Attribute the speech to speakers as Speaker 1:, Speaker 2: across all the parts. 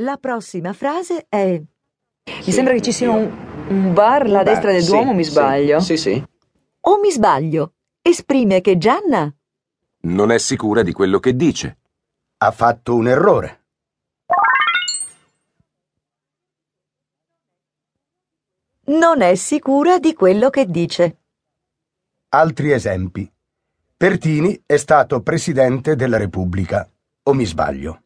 Speaker 1: La prossima frase è
Speaker 2: Mi sembra che ci sia un, un bar là a
Speaker 3: Beh,
Speaker 2: destra del
Speaker 3: sì,
Speaker 2: Duomo, mi
Speaker 3: sì,
Speaker 2: sbaglio.
Speaker 3: Sì, sì.
Speaker 1: o mi sbaglio? Esprime che Gianna
Speaker 4: Non è sicura di quello che dice.
Speaker 5: Ha fatto un errore.
Speaker 1: non è sicura di quello che dice.
Speaker 5: Altri esempi. Pertini è stato presidente della Repubblica, o mi sbaglio?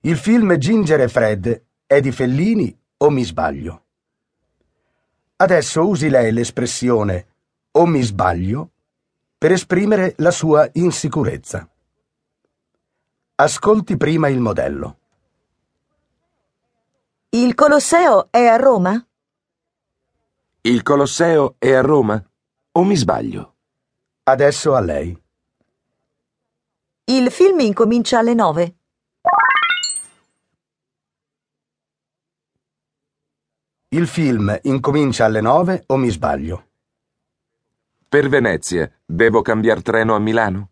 Speaker 5: Il film Ginger e Fred è di Fellini, o mi sbaglio? Adesso usi lei l'espressione o mi sbaglio per esprimere la sua insicurezza. Ascolti prima il modello.
Speaker 1: Il Colosseo è a Roma?
Speaker 4: Il Colosseo è a Roma? O mi sbaglio?
Speaker 5: Adesso a lei.
Speaker 1: Il film incomincia alle 9.
Speaker 5: Il film incomincia alle nove o mi sbaglio?
Speaker 4: Per Venezia, devo cambiar treno a Milano?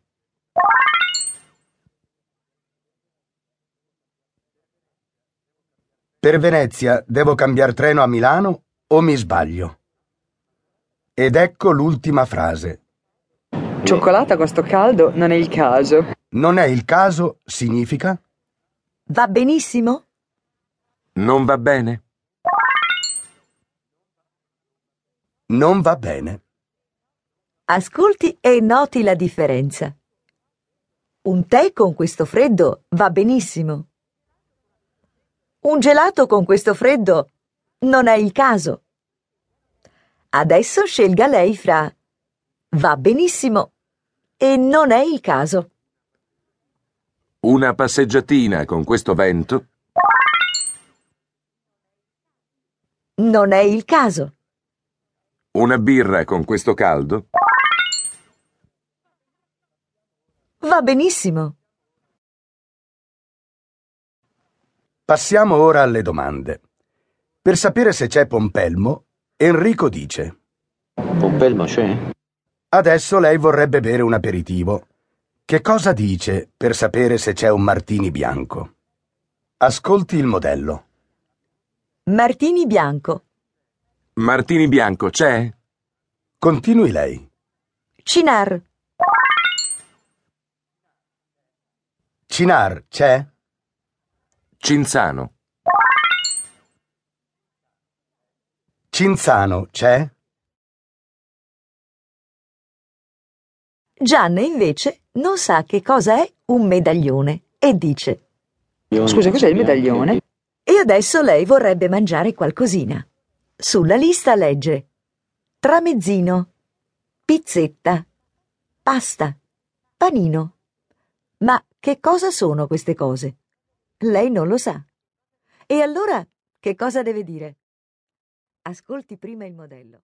Speaker 5: Per Venezia devo cambiare treno a Milano o mi sbaglio? Ed ecco l'ultima frase.
Speaker 2: Cioccolata con sto caldo non è il caso.
Speaker 5: Non è il caso significa
Speaker 1: Va benissimo?
Speaker 4: Non va bene?
Speaker 5: non va bene.
Speaker 1: Ascolti e noti la differenza. Un tè con questo freddo va benissimo. Un gelato con questo freddo non è il caso. Adesso scelga lei fra va benissimo e non è il caso.
Speaker 4: Una passeggiatina con questo vento?
Speaker 1: Non è il caso.
Speaker 4: Una birra con questo caldo?
Speaker 1: Va benissimo.
Speaker 5: Passiamo ora alle domande. Per sapere se c'è Pompelmo, Enrico dice:
Speaker 3: Pompelmo c'è?
Speaker 5: Adesso lei vorrebbe bere un aperitivo. Che cosa dice per sapere se c'è un martini bianco? Ascolti il modello.
Speaker 1: Martini bianco.
Speaker 4: Martini Bianco c'è?
Speaker 5: Continui lei.
Speaker 1: Cinar.
Speaker 5: Cinar c'è?
Speaker 4: Cinzano.
Speaker 5: Cinzano c'è?
Speaker 1: Gianna invece non sa che cosa è un medaglione e dice
Speaker 2: Scusa, cos'è il medaglione?
Speaker 1: E adesso lei vorrebbe mangiare qualcosina. Sulla lista legge tramezzino, pizzetta, pasta, panino. Ma che cosa sono queste cose? Lei non lo sa. E allora che cosa deve dire? Ascolti prima il modello.